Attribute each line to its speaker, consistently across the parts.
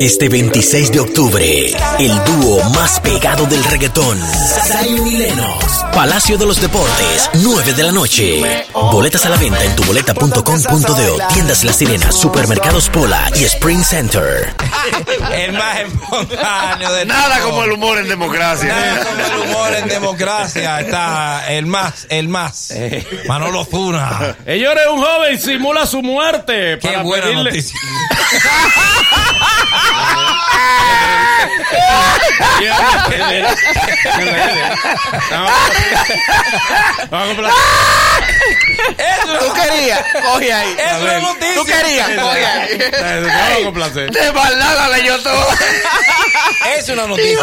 Speaker 1: Este 26 de octubre, el dúo más pegado del reggaetón, Zion y Lennox, Palacio de los Deportes, 9 de la noche. Boletas a la venta en tuboleta.com.de, tiendas La Sirena, supermercados Pola y Spring Center.
Speaker 2: El más espontáneo de
Speaker 3: Nada
Speaker 2: todos.
Speaker 3: como el humor en
Speaker 2: Nada
Speaker 3: democracia.
Speaker 2: como el humor en democracia. Está el más, el más. Manolo Zuna.
Speaker 4: Señores, un joven simula su muerte
Speaker 2: Qué
Speaker 4: para
Speaker 2: buena
Speaker 4: pedirle-
Speaker 2: noticia.
Speaker 4: Vamos a comprar-
Speaker 5: Tú querías, coge ahí.
Speaker 2: Eso es noticia.
Speaker 5: Tú querías, coge ahí.
Speaker 4: Vamos a complacer.
Speaker 5: De balada leyó todo.
Speaker 2: Es una noticia.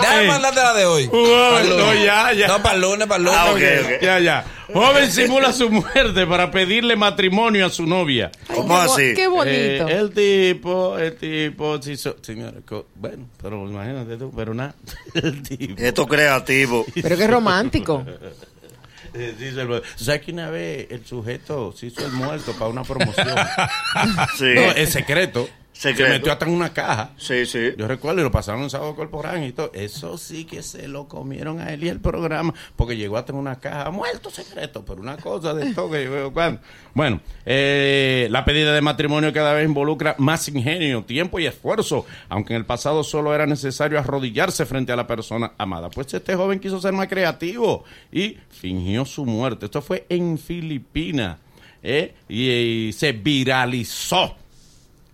Speaker 2: Déjame mandarte la de hoy.
Speaker 4: Un joven-
Speaker 2: Pa'l
Speaker 4: no,
Speaker 2: lunes.
Speaker 4: ya, ya.
Speaker 2: No, para el lunes, para el lunes.
Speaker 3: Ah, ok, ok.
Speaker 4: Ya, ya. Joven simula su muerte para pedirle matrimonio a su novia.
Speaker 3: ¿Cómo
Speaker 6: Qué bo-
Speaker 3: así?
Speaker 6: Qué
Speaker 4: Eh,
Speaker 6: bonito.
Speaker 4: el tipo, el tipo, sí, so- señor, co- bueno, pero imagínate tú, pero nada. El tipo.
Speaker 3: Esto creativo.
Speaker 6: Pero qué romántico.
Speaker 4: eh, sí, se lo- ¿Sabes que una vez el sujeto se hizo el muerto para una promoción?
Speaker 3: Sí.
Speaker 4: No, eh. es secreto.
Speaker 3: Secreto.
Speaker 4: Se metió hasta en una caja.
Speaker 3: Sí, sí.
Speaker 4: Yo recuerdo y lo pasaron en sábado corporal y todo. Eso sí que se lo comieron a él y el programa, porque llegó hasta en una caja muerto secreto, pero una cosa de esto que yo veo cuando. Bueno, eh, la pedida de matrimonio cada vez involucra más ingenio, tiempo y esfuerzo, aunque en el pasado solo era necesario arrodillarse frente a la persona amada. Pues este joven quiso ser más creativo y fingió su muerte. Esto fue en Filipinas ¿eh? y, y se viralizó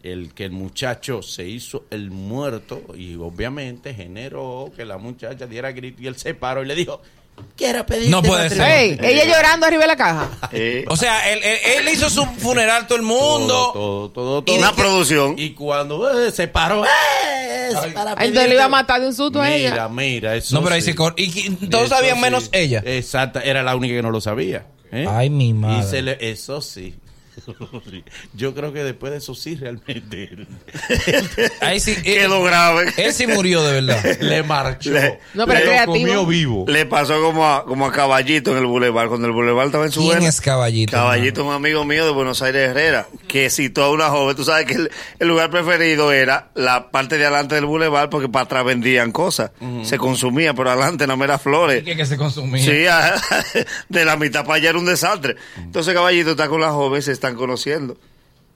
Speaker 4: el que el muchacho se hizo el muerto y obviamente generó que la muchacha diera grito y él se paró y le dijo, quiera pedir
Speaker 2: No puede ser.
Speaker 6: Ey, ella llorando arriba de la caja.
Speaker 3: Eh,
Speaker 2: O sea, él, él- él hizo su funeral todo el mundo.
Speaker 4: Todo, todo, todo.
Speaker 3: una producción.
Speaker 4: Y cuando eh, se paró, ¡eh! se para
Speaker 6: Él le
Speaker 4: pedirle-
Speaker 6: iba a matar de un susto a
Speaker 4: Mira,
Speaker 6: ella.
Speaker 4: mira, eso
Speaker 2: No, pero ahí
Speaker 4: sí.
Speaker 2: se cor- Y que- todos
Speaker 4: Eso
Speaker 2: sabían
Speaker 4: sí.
Speaker 2: menos ella.
Speaker 4: Exacta, era la única que no lo sabía. ¿eh?
Speaker 2: Ay, mi madre.
Speaker 4: Y se le- eso sí. Yo creo que después de eso sí realmente
Speaker 2: Ahí sí. Él,
Speaker 3: Quedó grave.
Speaker 4: Eh.
Speaker 2: él sí murió de verdad.
Speaker 4: le marchó.
Speaker 3: Le-
Speaker 6: No, pero
Speaker 4: le lo
Speaker 6: creativo.
Speaker 4: comió vivo.
Speaker 3: Le pasó como a, como a Caballito en el Boulevard. Cuando el Boulevard estaba en su
Speaker 2: ¿Quién
Speaker 3: vena.
Speaker 2: es Caballito?
Speaker 3: Caballito, un amigo mío de Buenos Aires Herrera, que citó a una joven. Tú sabes que el, el lugar preferido era la parte de adelante del Boulevard porque para atrás vendían cosas. Se consumía, pero adelante no era flores.
Speaker 2: Que, que se consumía.
Speaker 3: Sí, a- de la mitad para allá era un desastre. Entonces Caballito está con la joven, se están conociendo.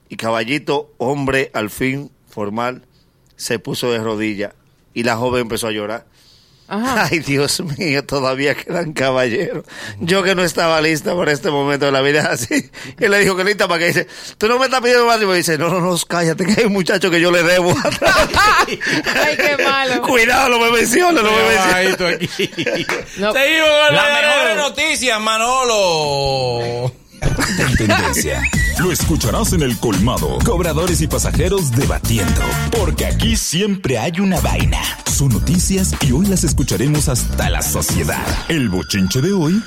Speaker 3: Y Caballito, hombre al fin formal, se puso de rodilla y la joven empezó a llorar.
Speaker 6: Ajá.
Speaker 3: Ay, Dios mío, todavía quedan caballeros. Yo que no estaba lista para este momento de la vida así. Y le dijo que lista para que dice, tú no me estás pidiendo matrimonio. Y dice, no, no, no, cállate, que hay un muchacho que yo le debo.
Speaker 6: Ah. Ay, qué malo.
Speaker 3: Cuidado, no me menciones, no me menciones.
Speaker 4: Cuidadito aquí.
Speaker 6: No.
Speaker 4: Seguimos con
Speaker 2: Las
Speaker 4: la-
Speaker 2: mejores noticias, Manolo.
Speaker 7: Tendencia. Lo escucharás en el colmado. Cobradores y pasajeros debatiendo. Porque aquí siempre hay una vaina. Son noticias y hoy las escucharemos hasta la sociedad. El bochinche de hoy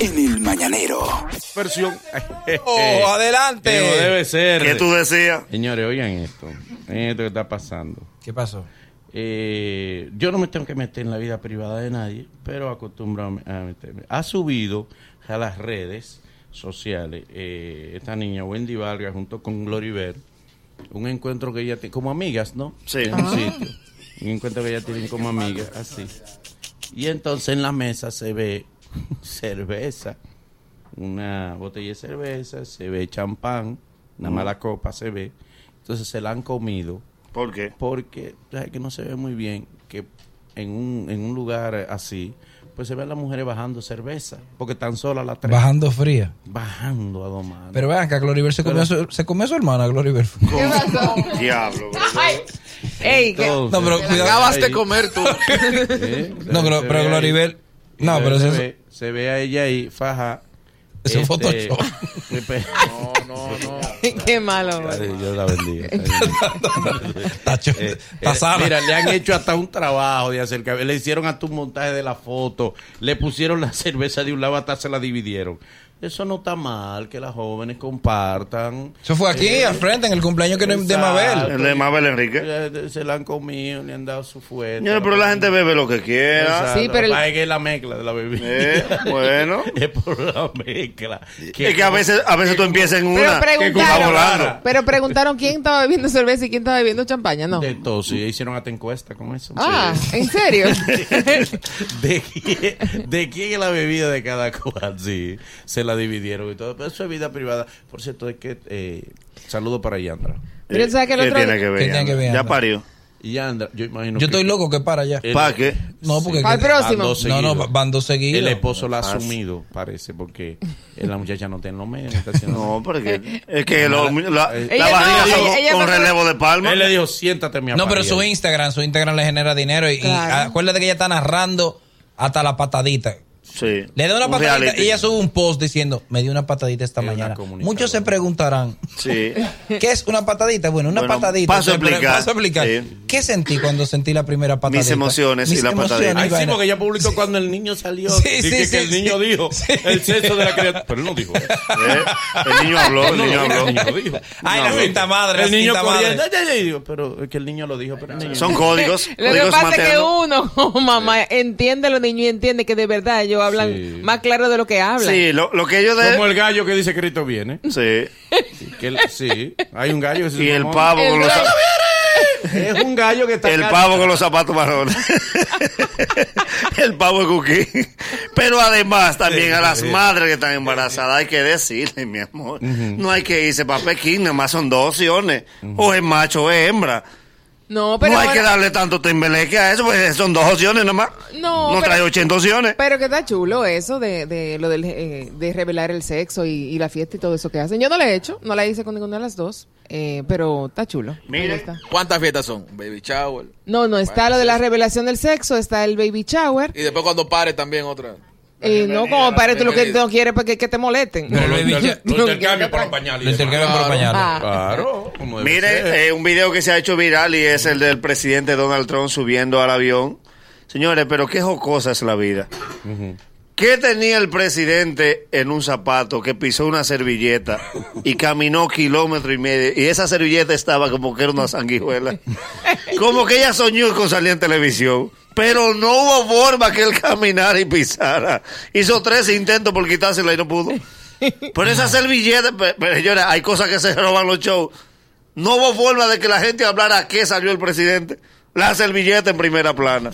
Speaker 7: en el mañanero.
Speaker 4: versión.
Speaker 2: Oh, adelante.
Speaker 4: Pero debe ser.
Speaker 3: ¿Qué tú decías?
Speaker 4: Señores, oigan esto. Oigan esto que está pasando.
Speaker 2: ¿Qué pasó?
Speaker 4: Eh, yo no me tengo que meter en la vida privada de nadie, pero acostumbrado a meterme. Ha subido a las redes sociales eh, esta niña Wendy Vargas junto con Gloriver un encuentro que ella tiene como amigas, ¿no?
Speaker 3: Sí.
Speaker 4: En un sitio. Un encuentro que ella tienen como amigas, así. Y entonces en la mesa se ve cerveza, una botella de cerveza, se ve champán, una mala copa se ve. Entonces se la han comido
Speaker 3: ¿Por qué?
Speaker 4: porque o sea, que no se ve muy bien que en un, en un lugar eh, así, pues se ven las mujeres bajando cerveza, porque tan sola las tres.
Speaker 2: Bajando fría.
Speaker 4: Bajando a dos manos.
Speaker 2: Pero vean que Gloriver se comió, a su, se comió a su hermana, Gloriver.
Speaker 6: ¿Qué pasó?
Speaker 3: Diablo. bro.
Speaker 6: Ay. Ey, que-
Speaker 4: Entonces,
Speaker 2: No, pero cuidado.
Speaker 5: Acabas de comer tú.
Speaker 4: eh,
Speaker 2: No, pero,
Speaker 4: se
Speaker 2: pero
Speaker 4: ve ahí,
Speaker 2: Gloribel.
Speaker 4: y
Speaker 2: No,
Speaker 4: se
Speaker 2: pero
Speaker 4: ve-
Speaker 2: eso
Speaker 4: se ve, se ve a ella ahí, faja. este,
Speaker 2: Eso es Photoshop.
Speaker 4: No, no, no.
Speaker 6: qué malo. güey.
Speaker 4: Dios la bendiga.
Speaker 2: está cho-
Speaker 4: Eh,
Speaker 2: está
Speaker 4: eh,
Speaker 2: sana.
Speaker 4: Mira, le han hecho hasta un trabajo de acercamiento. Le hicieron hasta un montaje de la foto. Le pusieron la cerveza de un lado hasta se la dividieron. Eso no está mal que las jóvenes compartan.
Speaker 2: Eso fue aquí, al frente, en el cumpleaños que no- de
Speaker 4: Exacto.
Speaker 2: Mabel.
Speaker 3: El de Mabel Enrique.
Speaker 4: Eh, Se la han comido, le han dado su fuerte.
Speaker 3: Señores, pero la gente bebe lo que quiera.
Speaker 6: Sí, pero el-
Speaker 4: Ah, es que es la mezcla de la bebida.
Speaker 3: Eh, bueno.
Speaker 4: es por la mezcla.
Speaker 3: Es que a veces, a veces tú empiezas en
Speaker 6: Pero
Speaker 3: una y vas
Speaker 6: preguntaron,
Speaker 3: volando.
Speaker 6: pero preguntaron quién estaba bebiendo cerveza y quién estaba bebiendo champaña, ¿no?
Speaker 4: De todo, sí, hicieron hasta encuesta con eso.
Speaker 6: Ah,
Speaker 4: Sí.
Speaker 6: ¿en serio?
Speaker 4: ¿De quién, de quién es la bebida de cada cual? Sí, se la dividieron y todo. Pero eso es vida privada. Por cierto, es que. Eh, saludo para Yandra.
Speaker 6: Pero tú sabes que el
Speaker 3: ¿Qué
Speaker 6: otro
Speaker 3: tiene que ver?
Speaker 2: ¿Qué tiene que ver,
Speaker 3: Ya
Speaker 2: Ana?
Speaker 3: parió.
Speaker 4: Yandra, yo imagino.
Speaker 2: Yo
Speaker 4: que
Speaker 2: estoy loco que para allá.
Speaker 4: el-
Speaker 3: ¿Para qué?
Speaker 2: No, porque.
Speaker 6: Al próximo.
Speaker 4: Van dos
Speaker 2: No, no,
Speaker 4: seguidos.
Speaker 2: van dos seguidos.
Speaker 4: El esposo la ha asumido, parece, porque eh, la muchacha no tiene los medios. no está haciendo nada.
Speaker 3: No, porque es que lo- la, la
Speaker 6: Ella
Speaker 3: barriga
Speaker 6: no,
Speaker 3: son
Speaker 6: ella- ella
Speaker 3: con
Speaker 6: no-
Speaker 3: relevo de palma.
Speaker 4: Él le dijo, siéntate, mi
Speaker 2: No, pero
Speaker 4: aparilla".
Speaker 2: su Instagram, su Instagram le genera dinero y, y
Speaker 6: Claro.
Speaker 2: acuérdate que ella está narrando hasta la patadita.
Speaker 3: Sí.
Speaker 2: Le da una
Speaker 3: Un
Speaker 2: patadita
Speaker 3: reality.
Speaker 2: y ella sube un post diciendo, me dio una patadita esta
Speaker 4: Es una
Speaker 2: mañana.
Speaker 4: comunicadora.
Speaker 2: Muchos se preguntarán,
Speaker 3: Sí. Eh,
Speaker 2: ¿qué es una patadita? Bueno, una
Speaker 3: Bueno,
Speaker 2: patadita.
Speaker 3: paso a
Speaker 2: Entonces,
Speaker 3: explicar.
Speaker 2: paso a explicar.
Speaker 3: Sí.
Speaker 2: ¿Qué sentí cuando sentí la primera patadita?
Speaker 3: emociones y la patadita.
Speaker 2: y
Speaker 4: Ay, sí,
Speaker 2: vaina.
Speaker 4: porque ella publicó cuando el niño salió.
Speaker 2: Sí,
Speaker 4: Dice
Speaker 2: sí,
Speaker 4: que
Speaker 2: sí,
Speaker 4: el
Speaker 2: sí.
Speaker 4: niño dijo
Speaker 2: Sí.
Speaker 4: el sexo de la criatura. Pero él no dijo. eso.
Speaker 3: Eh, El niño habló, el niño habló.
Speaker 2: Ay, la cinta madre,
Speaker 4: El
Speaker 2: la
Speaker 4: niño
Speaker 2: cinta
Speaker 4: corría.
Speaker 2: madre.
Speaker 4: "Ay, ay, ay", digo, Pero es que el niño lo dijo. Pero el niño-
Speaker 3: Son códigos.
Speaker 6: Lo que
Speaker 3: códigos
Speaker 6: pasa es que
Speaker 3: maternos.
Speaker 6: uno, oh, mamá, entiende a los niños y entiende que de verdad ellos hablan
Speaker 4: Sí.
Speaker 6: más claro de lo que hablan.
Speaker 3: Sí, lo, lo que ellos
Speaker 4: Como
Speaker 3: de...
Speaker 4: el gallo que dice Cristo viene.
Speaker 3: Sí.
Speaker 4: Que el- sí, hay un gallo que se
Speaker 3: Y el
Speaker 4: mamó.
Speaker 3: pavo
Speaker 6: El
Speaker 3: con los...
Speaker 6: gallo
Speaker 3: zap-
Speaker 4: Es un gallo que está.
Speaker 3: El
Speaker 4: acá-
Speaker 3: pavo con los zapatos marrones. el pavo de Cuquí. Pero además también a las madres que están embarazadas hay que decirle, mi amor. No hay que irse para Pekín, nada más son dos opciones. O es macho o es hembra.
Speaker 6: No, pero
Speaker 3: no hay
Speaker 6: ahora-
Speaker 3: que darle tanto tembeleque a eso, pues son dos opciones nada más.
Speaker 6: No, pero-
Speaker 3: trae 80 opciones.
Speaker 6: Pero que está chulo eso de, de lo del, eh, de revelar el sexo y, y la fiesta y todo eso que hacen. Yo no la he hecho, no la hice con ninguna de las dos, eh, pero está chulo. me
Speaker 3: Mire.
Speaker 6: gusta.
Speaker 5: ¿Cuántas fiestas son? Baby shower.
Speaker 6: No, no, está lo de la revelación del sexo, está el baby shower.
Speaker 5: Y después cuando pare también otra.
Speaker 6: Y no como para tú lo que no quieres para que, que te molesten.
Speaker 2: No,
Speaker 4: Lo inter-
Speaker 6: Yo-
Speaker 4: lo intercambio por los pañales. y
Speaker 2: Lo
Speaker 4: demás.
Speaker 2: intercambian por pañales.
Speaker 6: pues, Ah.
Speaker 4: Claro, como debe ser.
Speaker 3: Mire, eh, un video que se ha hecho viral y es el del presidente Donald Trump subiendo al avión. Señores, pero qué jocosa es la vida. ¿Qué tenía el presidente en un zapato que pisó una servilleta y caminó kilómetro y medio? Y esa servilleta estaba como que era una sanguijuela. Como que ella soñó con salir en televisión. Pero no hubo forma que él caminara y pisara. Hizo tres intentos por quitársela y no pudo. Pero esa servilleta, pe- pero señores, hay cosas que se roban los shows. No hubo forma de que la gente hablara a qué salió el presidente. La servilleta en primera plana.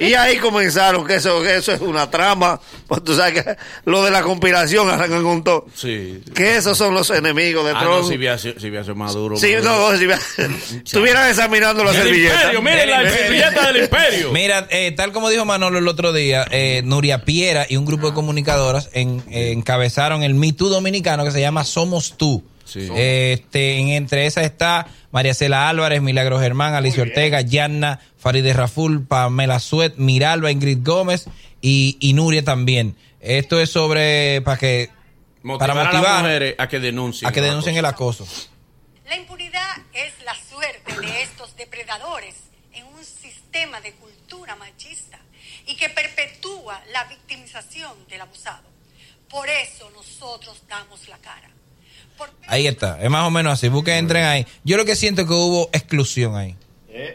Speaker 3: Y ahí comenzaron, que eso, que eso es una trama. Pues tú sabes que lo de la conspiración arrancan con todo.
Speaker 4: Sí.
Speaker 3: Que esos son los enemigos de
Speaker 4: Ah,
Speaker 3: Trump.
Speaker 4: no, si hubiera sido si hubiera sido Maduro.
Speaker 3: Sí,
Speaker 4: Maduro.
Speaker 3: no, si vea- estuvieran examinando la
Speaker 4: El
Speaker 3: servilleta.
Speaker 4: imperio, miren la servilleta del imperio.
Speaker 2: Mira, eh, tal como dijo Manolo el otro día, eh, Nuria Piera y un grupo de comunicadoras en- eh, encabezaron el Me Too dominicano que se llama Somos Tú.
Speaker 4: Sí.
Speaker 2: Este, en- entre esas está María Cela Álvarez, Milagro Germán, Alicia Ortega, Yanna, Farideh Raful, Pamela Suet, Miralba, Ingrid Gómez y, y Nuria también. Esto es sobre para que
Speaker 4: Motivar
Speaker 2: para
Speaker 4: a las
Speaker 2: motivar
Speaker 4: mujeres a que denuncien.
Speaker 2: a que denuncien el
Speaker 4: acoso.
Speaker 2: acoso.
Speaker 8: La impunidad es la suerte de estos depredadores en un sistema de cultura machista y que perpetúa la victimización del abusado. Por eso nosotros damos la cara. Por-
Speaker 2: Ahí está, es más o menos así. Busquen, entren ahí. Yo lo que siento es que hubo exclusión ahí.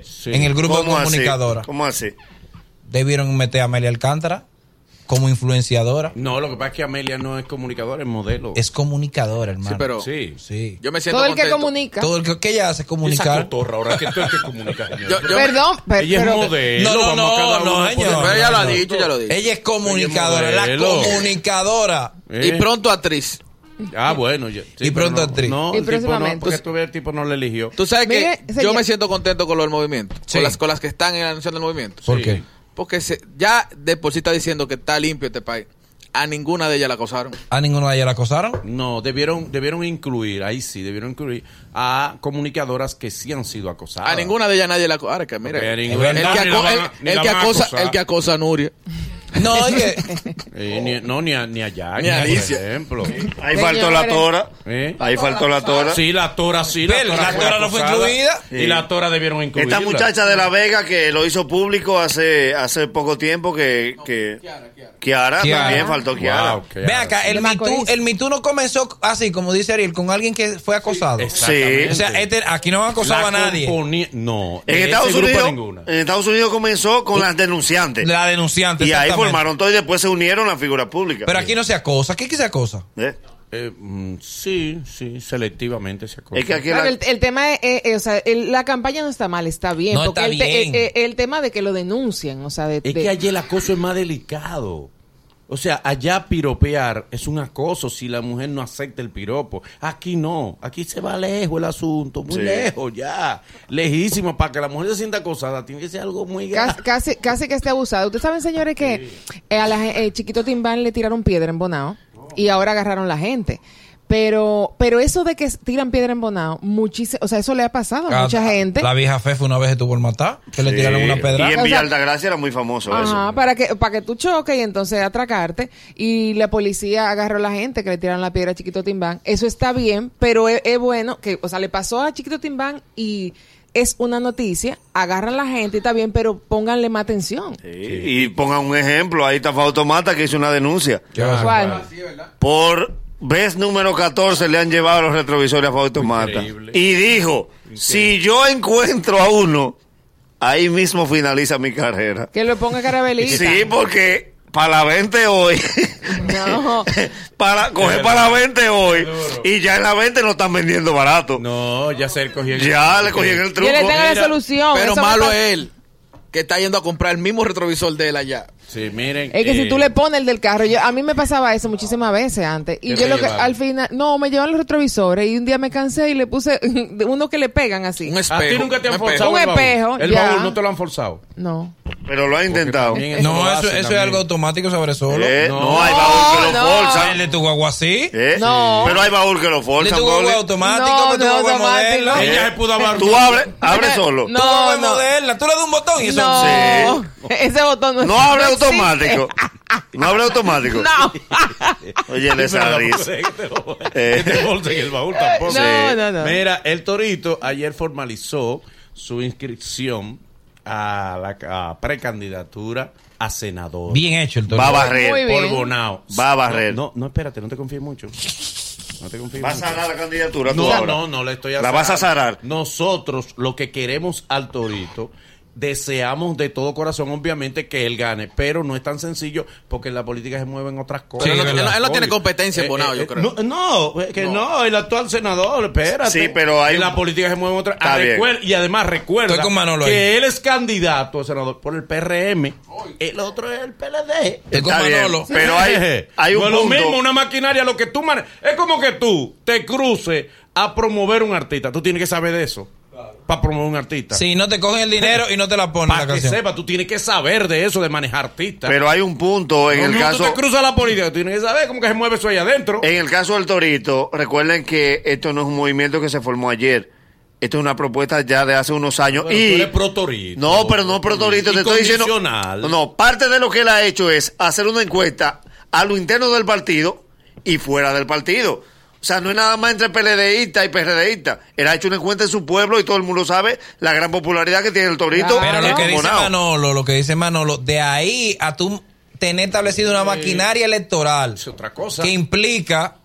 Speaker 4: Sí.
Speaker 2: En el grupo de
Speaker 3: ¿Cómo así?
Speaker 2: comunicadoras.
Speaker 3: ¿Cómo así?
Speaker 2: debieron meter a Amelia Alcántara como influenciadora.
Speaker 4: No, lo que pasa es que Amelia no es comunicadora, es modelo.
Speaker 2: Es comunicadora, hermano.
Speaker 5: Sí, pero
Speaker 4: Sí.
Speaker 2: Sí.
Speaker 5: yo me siento
Speaker 6: Todo el que
Speaker 5: contento.
Speaker 6: comunica.
Speaker 2: Todo lo que, que ella hace es
Speaker 4: Esa
Speaker 2: comunicar.
Speaker 4: cotorra ahora que tú es que comunica. señor.
Speaker 5: Yo- yo-
Speaker 6: Perdón, per-
Speaker 4: Ella es
Speaker 6: pero
Speaker 4: modelo.
Speaker 2: No, no,
Speaker 4: vamos a cada
Speaker 2: no,
Speaker 4: uno
Speaker 2: no,
Speaker 4: por-
Speaker 2: señor.
Speaker 5: Pero ella lo ha
Speaker 2: No,
Speaker 5: dicho, ya lo ha dicho.
Speaker 2: Ella es comunicadora, la
Speaker 4: Modelo.
Speaker 2: comunicadora.
Speaker 4: Eh.
Speaker 5: Y pronto actriz.
Speaker 4: Ah, bueno. yo- sí,
Speaker 2: Y
Speaker 4: pero
Speaker 2: pronto
Speaker 4: no,
Speaker 2: actriz.
Speaker 4: No,
Speaker 6: Y
Speaker 4: el tipo no,
Speaker 6: próximamente.
Speaker 4: porque tú ves, el tipo no le eligió.
Speaker 5: Tú sabes
Speaker 6: Mire,
Speaker 5: que yo
Speaker 6: señor.
Speaker 5: me siento contento con lo del movimiento.
Speaker 2: Sí.
Speaker 5: Con, las, con las que están en anunciando el movimiento.
Speaker 2: ¿Por
Speaker 4: Sí.
Speaker 2: qué?
Speaker 5: Porque se- ya de por sí está diciendo que está limpio este país. A ninguna de ellas la acosaron.
Speaker 2: ¿A ninguno de ellas la acosaron?
Speaker 4: No, debieron, debieron incluir, ahí sí, debieron incluir a comunicadoras que sí han sido acosadas.
Speaker 5: A ninguna de ellas nadie la acosa. Ahora que mira.
Speaker 4: Pero
Speaker 5: El
Speaker 4: en
Speaker 5: que
Speaker 4: verdad ni la
Speaker 5: aco-
Speaker 4: van a-
Speaker 5: el-
Speaker 4: ni
Speaker 5: el
Speaker 4: la
Speaker 5: que
Speaker 4: van a
Speaker 5: acosa
Speaker 4: acosar.
Speaker 5: el que acosa a Nuria.
Speaker 2: No, es que
Speaker 4: Eh, ni- no, ni a, ni a Jackie,
Speaker 5: Ni a
Speaker 4: por
Speaker 5: Alicia.
Speaker 4: ejemplo.
Speaker 3: Ahí
Speaker 6: Señores.
Speaker 3: faltó la tora.
Speaker 4: ¿Eh?
Speaker 3: Ahí faltó la tora.
Speaker 4: Sí, la tora sí.
Speaker 2: Pero la
Speaker 4: fue
Speaker 2: tora no fue
Speaker 4: acusada.
Speaker 2: incluida.
Speaker 4: Y la tora debieron incluirla.
Speaker 3: Esta muchacha de La Vega que lo hizo público hace, hace poco tiempo que... que Kiara,
Speaker 2: Kiara.
Speaker 3: también faltó Kiara.
Speaker 4: Wow, qué
Speaker 2: Ve acá, el
Speaker 6: De
Speaker 2: Me, Too,
Speaker 6: Macorís.
Speaker 2: el Me Too no comenzó así, como dice Ariel, con alguien que fue acosado.
Speaker 4: Exactamente.
Speaker 3: Sí.
Speaker 2: o sea, este- aquí no acosaba a
Speaker 4: La
Speaker 2: nadie.
Speaker 4: componi- No.
Speaker 3: En
Speaker 4: de
Speaker 3: Estados,
Speaker 4: ese grupo
Speaker 3: Unidos,
Speaker 4: ninguna.
Speaker 2: eh,
Speaker 3: en Estados Unidos comenzó con las denunciantes.
Speaker 2: La denunciante.
Speaker 3: y ahí
Speaker 2: exactamente.
Speaker 3: formaron todo y después se unieron a figuras públicas.
Speaker 2: Pero aquí no se acosa. ¿Qué, que se acosa?
Speaker 3: ¿Eh?
Speaker 4: Eh, mm, sí, sí, selectivamente se acosa.
Speaker 3: Es que aquí
Speaker 6: Claro,
Speaker 3: la-
Speaker 6: el, el tema es, eh, eh, o sea, el- la campaña no está mal, está bien.
Speaker 2: No
Speaker 6: porque
Speaker 2: está
Speaker 6: el, te-
Speaker 2: bien.
Speaker 6: eh, eh, el tema de que lo denuncien, o sea, de,
Speaker 4: Es
Speaker 6: de-
Speaker 4: que allá el acoso es más delicado. O sea, allá piropear es un acoso si la mujer no acepta el piropo. Aquí no. Aquí se va lejos el asunto. Muy
Speaker 3: Sí.
Speaker 4: lejos ya. Lejísimo. Para que la mujer se sienta acosada tiene que ser algo muy
Speaker 6: Cas-
Speaker 4: grave.
Speaker 6: casi, casi que esté abusado. Ustedes saben, señores, que eh, a la, gen- eh, chiquito Timbán le tiraron piedra en Bonao y ahora agarraron la gente. Pero, pero eso de que s- tiran piedra en Bonao, muchísimo, o sea, eso le ha pasado a mucha
Speaker 2: Ah,
Speaker 6: gente.
Speaker 2: La vieja Fefe una vez estuvo por matar, que le
Speaker 3: Sí.
Speaker 2: tiraron una pedra.
Speaker 3: Y
Speaker 6: O
Speaker 3: en
Speaker 6: sea-
Speaker 3: Villa Altagracia era muy famoso
Speaker 6: Ajá,
Speaker 3: eso.
Speaker 6: para que, para que tú choques y entonces atracarte. Y la policía agarró a la gente que le tiraron la piedra a Chiquito Timbán. Eso está bien, pero es, es bueno que, o sea, le pasó a Chiquito Timbán y es una noticia. Agarran a la gente y está bien, pero pónganle más atención.
Speaker 3: Sí. Y pongan un ejemplo, ahí está Fautomata que hizo una denuncia.
Speaker 6: ¿Cuál?
Speaker 3: Por vez número 14 le han llevado los retrovisores a Fautomata.
Speaker 4: Increíble.
Speaker 3: Y dijo, si yo encuentro a uno, ahí mismo finaliza mi carrera.
Speaker 6: Que lo ponga carabelita.
Speaker 3: Sí, pues, porque para la 20 hoy.
Speaker 6: No.
Speaker 3: para coger para la 20 hoy. Y ya en la 20 no están vendiendo barato.
Speaker 4: No, ya se le cogió.
Speaker 3: Ya le cogieron el
Speaker 6: Yo le
Speaker 3: truco.
Speaker 6: tengo la
Speaker 4: Mira,
Speaker 6: solución.
Speaker 5: Pero
Speaker 6: Eso me
Speaker 5: malo
Speaker 6: pa-
Speaker 5: es él, que está yendo a comprar el mismo retrovisor de él allá.
Speaker 4: Sí, miren.
Speaker 6: Es que
Speaker 4: eh,
Speaker 6: si tú le pones el del carro, yo, a mí me pasaba eso muchísimas veces antes. Y
Speaker 4: ¿Qué
Speaker 6: yo
Speaker 4: te
Speaker 6: lo que
Speaker 4: llevaban?
Speaker 6: al final, no, me llevan los retrovisores y un día me cansé y le puse de uno que le pegan así.
Speaker 5: Un
Speaker 4: A
Speaker 5: espejo.
Speaker 4: ti nunca te han
Speaker 5: un
Speaker 4: forzado.
Speaker 5: espejo.
Speaker 6: Un
Speaker 4: el baúl?
Speaker 6: espejo,
Speaker 4: El
Speaker 6: ya.
Speaker 4: baúl no te lo han forzado.
Speaker 6: No.
Speaker 3: Pero lo ha intentado.
Speaker 4: También
Speaker 2: No,
Speaker 4: lo
Speaker 2: eso,
Speaker 4: hacen
Speaker 2: eso es
Speaker 4: también.
Speaker 2: algo automático sobre solo.
Speaker 3: Eh,
Speaker 4: No.
Speaker 3: no. hay baúl que lo
Speaker 6: No, no.
Speaker 3: forzan.
Speaker 2: El de tu guagua sí.
Speaker 3: Eh,
Speaker 6: No.
Speaker 3: Pero hay baúl que lo
Speaker 2: El de
Speaker 3: forzan.
Speaker 2: tu guagua
Speaker 3: Goli.
Speaker 2: automático,
Speaker 6: No,
Speaker 2: que tu
Speaker 6: no
Speaker 2: guagua es
Speaker 6: automático.
Speaker 2: moderna.
Speaker 6: Eh,
Speaker 4: Ella se pudo hablar.
Speaker 3: Tú abre, abre solo.
Speaker 2: Tu guagua
Speaker 6: No,
Speaker 2: es
Speaker 6: no.
Speaker 2: moderna. Tú le das un botón y eso.
Speaker 6: No. Ese botón no
Speaker 3: No abre
Speaker 6: existe.
Speaker 3: automático. No abre automático. Oye, le esa risa. Eh.
Speaker 4: Este bolso en el baúl tampoco.
Speaker 6: No, no, no.
Speaker 4: Mira, el Torito ayer formalizó su inscripción a la a precandidatura a senador.
Speaker 2: Bien hecho el
Speaker 3: Va a
Speaker 2: torneo.
Speaker 6: Muy
Speaker 3: barrer.
Speaker 6: bien.
Speaker 4: Por Bonao.
Speaker 3: Va a barrer.
Speaker 4: No, no, no, espérate, no te confíes mucho. No te confíes
Speaker 3: Vas a
Speaker 4: mucho.
Speaker 3: ganar la candidatura tú
Speaker 4: No,
Speaker 3: ahora.
Speaker 4: no, no le estoy
Speaker 3: La vas a zarar.
Speaker 4: Nosotros lo que queremos al Torito, deseamos de todo corazón, obviamente, que él gane, pero no es tan sencillo porque en la política se mueven otras cosas.
Speaker 2: Sí,
Speaker 4: Pero
Speaker 2: verdad.
Speaker 5: Él no tiene competencia en Bonao, yo creo.
Speaker 4: eh, No, no, que no. el actual senador, espérate.
Speaker 3: Sí, pero hay
Speaker 4: En la
Speaker 3: un-
Speaker 4: política se mueven otras
Speaker 3: Está
Speaker 4: Ah,
Speaker 3: bien.
Speaker 4: recuer- Y además recuerda
Speaker 2: Estoy con Manolo
Speaker 4: que
Speaker 2: ahí.
Speaker 4: él es candidato a senador por el PRM, el otro es el PLD.
Speaker 2: Estoy con
Speaker 3: Está bien.
Speaker 2: Manolo.
Speaker 3: Sí. Pero hay- hay un
Speaker 4: No es
Speaker 3: punto.
Speaker 4: lo mismo una maquinaria, lo que tú manejas. Es como que tú te cruces a promover un artista. Tú tienes que saber de eso. Para promover un artista.
Speaker 2: Si no te cogen el dinero y no te la ponen la
Speaker 4: Para que
Speaker 2: canción.
Speaker 4: sepa, tú tienes que saber de eso, de manejar artistas.
Speaker 3: Pero hay un punto en
Speaker 4: No,
Speaker 3: el
Speaker 4: no, tú
Speaker 3: caso. Eh,
Speaker 4: te cruzas la política, tú tienes que saber cómo que se mueve eso ahí adentro.
Speaker 3: En el caso del Torito, recuerden que esto no es un movimiento que se formó ayer. Esto es una propuesta ya de hace unos años.
Speaker 4: Bueno,
Speaker 3: y
Speaker 4: tú eres pro Torito.
Speaker 3: No, pero no pro Torito, te estoy diciendo.
Speaker 4: Incondicional.
Speaker 3: No, parte de lo que él ha hecho es hacer una encuesta a lo interno del partido y fuera del partido. O sea, no es nada más entre PLDista y PRDista. Él ha hecho una encuesta en su pueblo y todo el mundo sabe la gran popularidad que tiene el Torito.
Speaker 2: Pero lo
Speaker 6: Claro.
Speaker 2: que dice
Speaker 3: Bonao.
Speaker 2: Manolo, lo que dice Manolo, de ahí a tú tener establecido una maquinaria electoral
Speaker 4: Es otra cosa.
Speaker 2: que implica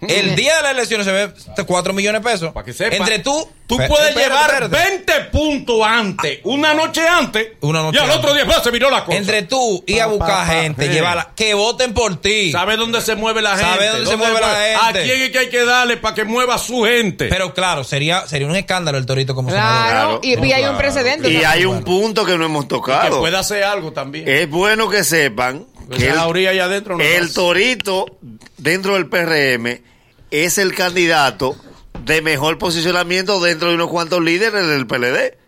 Speaker 2: el día de las elecciones se ve 4 millones de pesos.
Speaker 4: Para que sepa.
Speaker 2: Entre tú,
Speaker 4: Tú
Speaker 2: Pe-
Speaker 4: puedes
Speaker 2: espérate,
Speaker 4: llevar
Speaker 2: espérate.
Speaker 4: 20 puntos antes, una noche antes.
Speaker 2: Una noche
Speaker 4: y al
Speaker 2: antes.
Speaker 4: otro día pues, se miró la cosa.
Speaker 2: Entre tú y a
Speaker 4: Pa, pa,
Speaker 2: buscar
Speaker 4: pa,
Speaker 2: gente,
Speaker 4: eh.
Speaker 2: llevarla, que voten por ti.
Speaker 4: Sabe dónde se mueve la gente.
Speaker 2: Sabe dónde se mueve la gente.
Speaker 4: A quién es que hay que darle para que mueva su gente.
Speaker 2: Pero claro, sería sería un escándalo el Torito como senador.
Speaker 6: Claro.
Speaker 3: Claro.
Speaker 6: Y, y hay un precedente.
Speaker 3: Y
Speaker 6: ¿no?
Speaker 3: hay un punto que no hemos
Speaker 4: que
Speaker 3: tocado.
Speaker 4: pueda hacer algo también.
Speaker 3: Es bueno que sepan
Speaker 4: Pues
Speaker 3: que
Speaker 4: a
Speaker 3: Eh, el-
Speaker 4: la orilla y adentro. no
Speaker 3: El
Speaker 4: pasa.
Speaker 3: Torito, dentro del PRM, es el candidato de mejor posicionamiento dentro de unos cuantos líderes del PLD.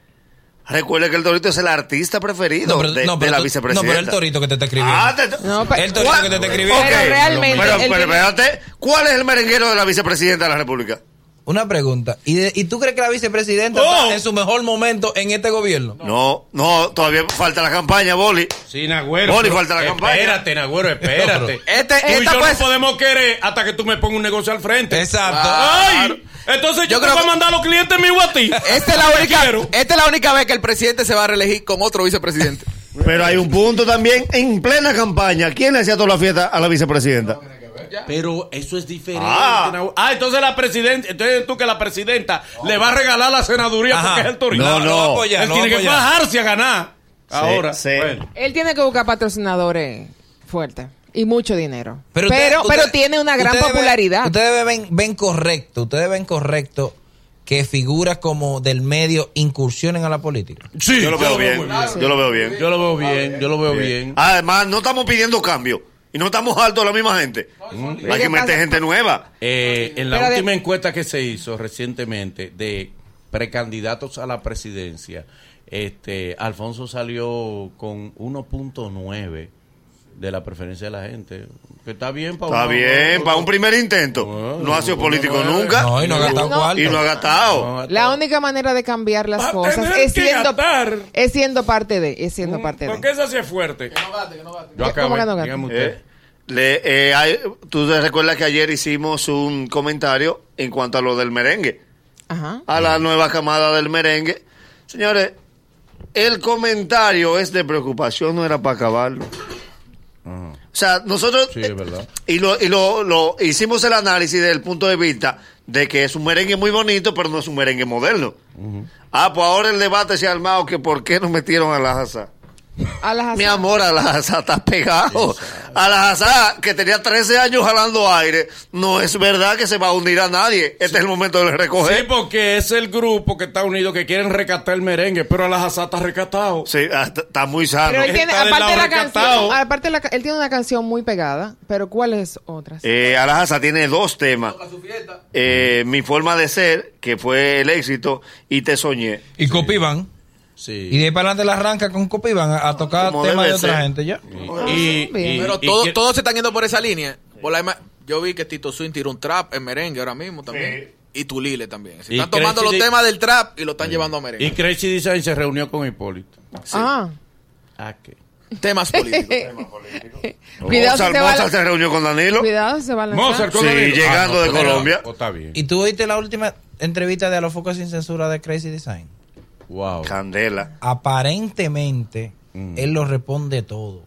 Speaker 3: Recuerde que el Torito es el artista preferido
Speaker 2: No, pero-
Speaker 3: de,
Speaker 2: no,
Speaker 3: de
Speaker 2: pero
Speaker 3: la
Speaker 2: tú-
Speaker 3: vicepresidenta.
Speaker 2: no, pero el Torito que te está escribiendo.
Speaker 3: Ah, te-
Speaker 6: No, pe-
Speaker 2: El Torito
Speaker 3: ¿Cuál?
Speaker 2: que te está
Speaker 3: Ok.
Speaker 2: escribiendo.
Speaker 6: Pero realmente,
Speaker 3: Pero,
Speaker 6: el
Speaker 3: pero
Speaker 6: primer-
Speaker 3: espérate, ¿cuál es el merenguero de la vicepresidenta de la República?
Speaker 2: Una pregunta. ¿Y, de- y tú crees que la vicepresidenta
Speaker 4: ¡Oh!
Speaker 2: está en su mejor momento en este gobierno?
Speaker 3: No, no, todavía falta la campaña, Boli.
Speaker 4: Sí, Nagüero.
Speaker 3: Boli,
Speaker 4: pero-
Speaker 3: falta la campaña.
Speaker 4: Espérate, Nagüero, espérate.
Speaker 2: No,
Speaker 5: Este-
Speaker 4: Tú y
Speaker 5: esta
Speaker 4: yo
Speaker 5: pues-
Speaker 4: no podemos querer hasta que tú me pongas un negocio al frente.
Speaker 2: Exacto.
Speaker 4: ¡Ay! Entonces yo,
Speaker 5: Yo
Speaker 4: te
Speaker 5: creo
Speaker 4: voy a
Speaker 5: que-
Speaker 4: mandar a los clientes míos a ti.
Speaker 5: Esta es, la
Speaker 4: Te
Speaker 5: única,
Speaker 4: quiero.
Speaker 5: esta es la única vez que el presidente se va a reelegir con otro vicepresidente.
Speaker 3: Pero hay un punto también en plena campaña. ¿Quién le hacía toda la fiesta a la vicepresidenta?
Speaker 4: Pero eso es diferente.
Speaker 3: Ah.
Speaker 4: Nagüero. Ah, entonces la presidenta, entonces tú que la presidenta le va a regalar la senaduría
Speaker 2: Ajá.
Speaker 4: porque es el turista.
Speaker 3: No, no.
Speaker 2: lo va a apoyar,
Speaker 4: Él
Speaker 2: lo va a
Speaker 4: tiene que
Speaker 2: apoyar.
Speaker 4: bajarse a ganar. Ahora.
Speaker 3: sí.
Speaker 4: Bueno.
Speaker 6: Él tiene que buscar patrocinadores fuertes y mucho dinero. Pero,
Speaker 2: ustedes-
Speaker 6: pero,
Speaker 2: ustedes-
Speaker 6: tiene una gran
Speaker 2: ustedes ven-
Speaker 6: popularidad.
Speaker 2: ustedes ven, ven correcto, ustedes ven correcto que figuras como del medio incursionen a la política.
Speaker 4: Sí,
Speaker 3: Yo lo veo bien. Yo lo veo bien. Ah,
Speaker 4: Yo lo veo bien, yo lo veo bien.
Speaker 3: Eh, Además, no estamos pidiendo cambio. Y no estamos altos la misma gente. Hay que
Speaker 6: ¿Qué
Speaker 3: meter
Speaker 6: pasa?
Speaker 3: gente nueva.
Speaker 4: Eh, en la
Speaker 6: Pero de-
Speaker 4: última encuesta que se hizo recientemente de precandidatos a la presidencia, este Alfonso salió con 1.9 de la preferencia de la gente, que está bien para
Speaker 3: Está bien, para un primer intento. No ha sido político
Speaker 4: Ah.
Speaker 3: nunca.
Speaker 2: No, y no ha gastado
Speaker 6: No.
Speaker 2: cuarto.
Speaker 3: Y no ha gastado.
Speaker 6: La única manera de cambiar las
Speaker 4: Va a
Speaker 6: cosas
Speaker 4: tener
Speaker 6: es
Speaker 4: que
Speaker 6: siendo,
Speaker 4: gastar. Mm,
Speaker 6: es siendo parte de, es siendo parte
Speaker 4: Porque
Speaker 6: de.
Speaker 4: esa sí es fuerte. Yo
Speaker 6: ¿Cómo
Speaker 4: acabé,
Speaker 6: que no gasta?
Speaker 4: dígame usted.
Speaker 3: Eh, le- eh, hay- Tú te recuerdas que ayer hicimos un comentario en cuanto a lo del merengue.
Speaker 6: Ajá.
Speaker 3: a la nueva camada del merengue. Señores, el comentario es de preocupación, no era para acabarlo. O sea, nosotros... eh,
Speaker 4: Sí, es verdad.
Speaker 3: Y, lo, y lo, lo- hicimos el análisis desde el punto de vista de que es un merengue muy bonito, pero no es un merengue moderno. Ah, pues ahora el debate se ha armado que por qué no metieron a la Haza.
Speaker 6: A las
Speaker 3: Mi amor, a la Haza está pegado. A la Haza, que tenía 13 años jalando aire, no es verdad que se va a unir a nadie. Este es el momento de recoger.
Speaker 4: Sí, porque es el grupo que está unido que quieren rescatar el merengue, pero a las asatas rescatado.
Speaker 3: Sí, ah, está, está muy sano.
Speaker 6: Pero él tiene,
Speaker 4: Está del
Speaker 6: aparte de
Speaker 4: lado
Speaker 6: la canción,
Speaker 4: recatado.
Speaker 6: aparte de la ca- él tiene una canción muy pegada, pero ¿cuáles otras?
Speaker 3: Eh, Alajaza tiene dos temas. Eh, mi forma de ser, que fue el éxito, y te soñé.
Speaker 2: Y Copivan.
Speaker 4: Sí.
Speaker 2: Y de ahí para adelante la arranca con Copivan a, a tocar
Speaker 3: Como
Speaker 2: temas de
Speaker 3: debe
Speaker 2: otra
Speaker 3: ser.
Speaker 2: gente ya.
Speaker 4: Y- y-
Speaker 5: Pero
Speaker 4: y-
Speaker 5: todo-
Speaker 4: y-
Speaker 5: todos se están yendo por esa línea. Por la misma- yo vi que Tito Swin tiró un trap en merengue ahora mismo también. Y Tulile también. Se
Speaker 4: Y
Speaker 5: están tomando los
Speaker 4: Crazy Dick-
Speaker 5: temas del trap y lo están llevando a
Speaker 4: Y
Speaker 5: merengue.
Speaker 4: Crazy Design se reunió con Hipólito.
Speaker 6: Ah.
Speaker 4: ¿A qué?
Speaker 5: Temas políticos.
Speaker 6: Cuidado si
Speaker 3: Mozart,
Speaker 6: se va a
Speaker 3: Mozart
Speaker 6: la-
Speaker 3: se reunió con Danilo.
Speaker 6: Cuidado si se va a lanzar.
Speaker 4: Mozart,
Speaker 3: Sí,
Speaker 4: ¿cómo digo?
Speaker 3: llegando de
Speaker 4: está bien.
Speaker 3: Colombia.
Speaker 4: Oh, está bien.
Speaker 2: ¿Y tú oíste la última entrevista de A los Focos Sin Censura de Crazy Design?
Speaker 4: Wow.
Speaker 3: Candela.
Speaker 2: Aparentemente, él lo responde todo.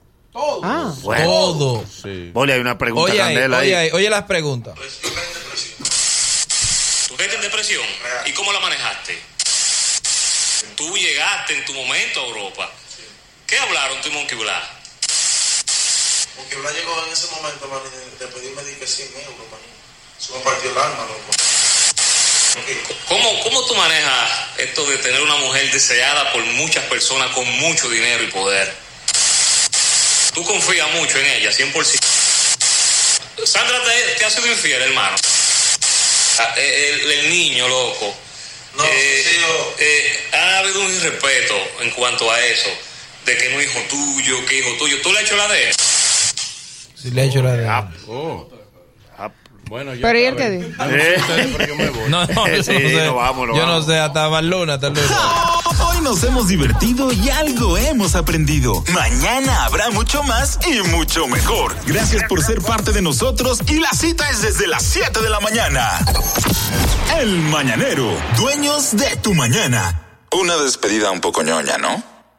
Speaker 6: Ah.
Speaker 3: Mm. Bueno.
Speaker 2: Todo.
Speaker 4: Sí.
Speaker 3: Boli, hay una
Speaker 2: Oh.
Speaker 3: pregunta,
Speaker 2: Oye, ahí,
Speaker 3: Candela.
Speaker 2: oye,
Speaker 3: ahí.
Speaker 2: ahí, oye las preguntas.
Speaker 9: Tú caíste en depresión. ¿Y cómo la manejaste? Tú llegaste en tu momento a Europa. ¿Qué hablaron tú y Monkey Blas?
Speaker 10: Porque Blas llegó en ese momento, man, de pedirme de que 100 euros, man. Eso me partió el alma, loco. Porque
Speaker 9: ¿Cómo, ¿Cómo tú manejas esto de tener una mujer deseada por muchas personas con mucho dinero y poder? Tú confías mucho en ella, 100%. Sandra te, te ha sido infiel, hermano. Ah, El, el- el niño, loco.
Speaker 10: No,
Speaker 4: Eh,
Speaker 10: sí, yo-
Speaker 9: eh, ha habido un irrespeto en cuanto a eso, de que no es hijo tuyo, que hijo tuyo. ¿Tú le has hecho la de él?
Speaker 2: Si le he hecho la de...
Speaker 3: Ah,
Speaker 4: Oh. Bueno, yo
Speaker 6: Pero ¿y él
Speaker 4: acabé.
Speaker 6: qué dijo?
Speaker 4: Ah, no
Speaker 3: eh.
Speaker 4: sé ustedes, pero yo me voy.
Speaker 2: No, no, yo
Speaker 3: pues. Sí,
Speaker 2: no sé.
Speaker 3: nos vamos, nos
Speaker 2: yo no
Speaker 3: vamos.
Speaker 2: sé, hasta Barluna, hasta luego.
Speaker 7: Hoy nos hemos divertido y algo hemos aprendido. Mañana habrá mucho más y mucho mejor. Gracias por ser parte de nosotros y la cita es desde las 7 de la mañana. El Mañanero, dueños de tu mañana. Una despedida un poco ñoña, ¿no?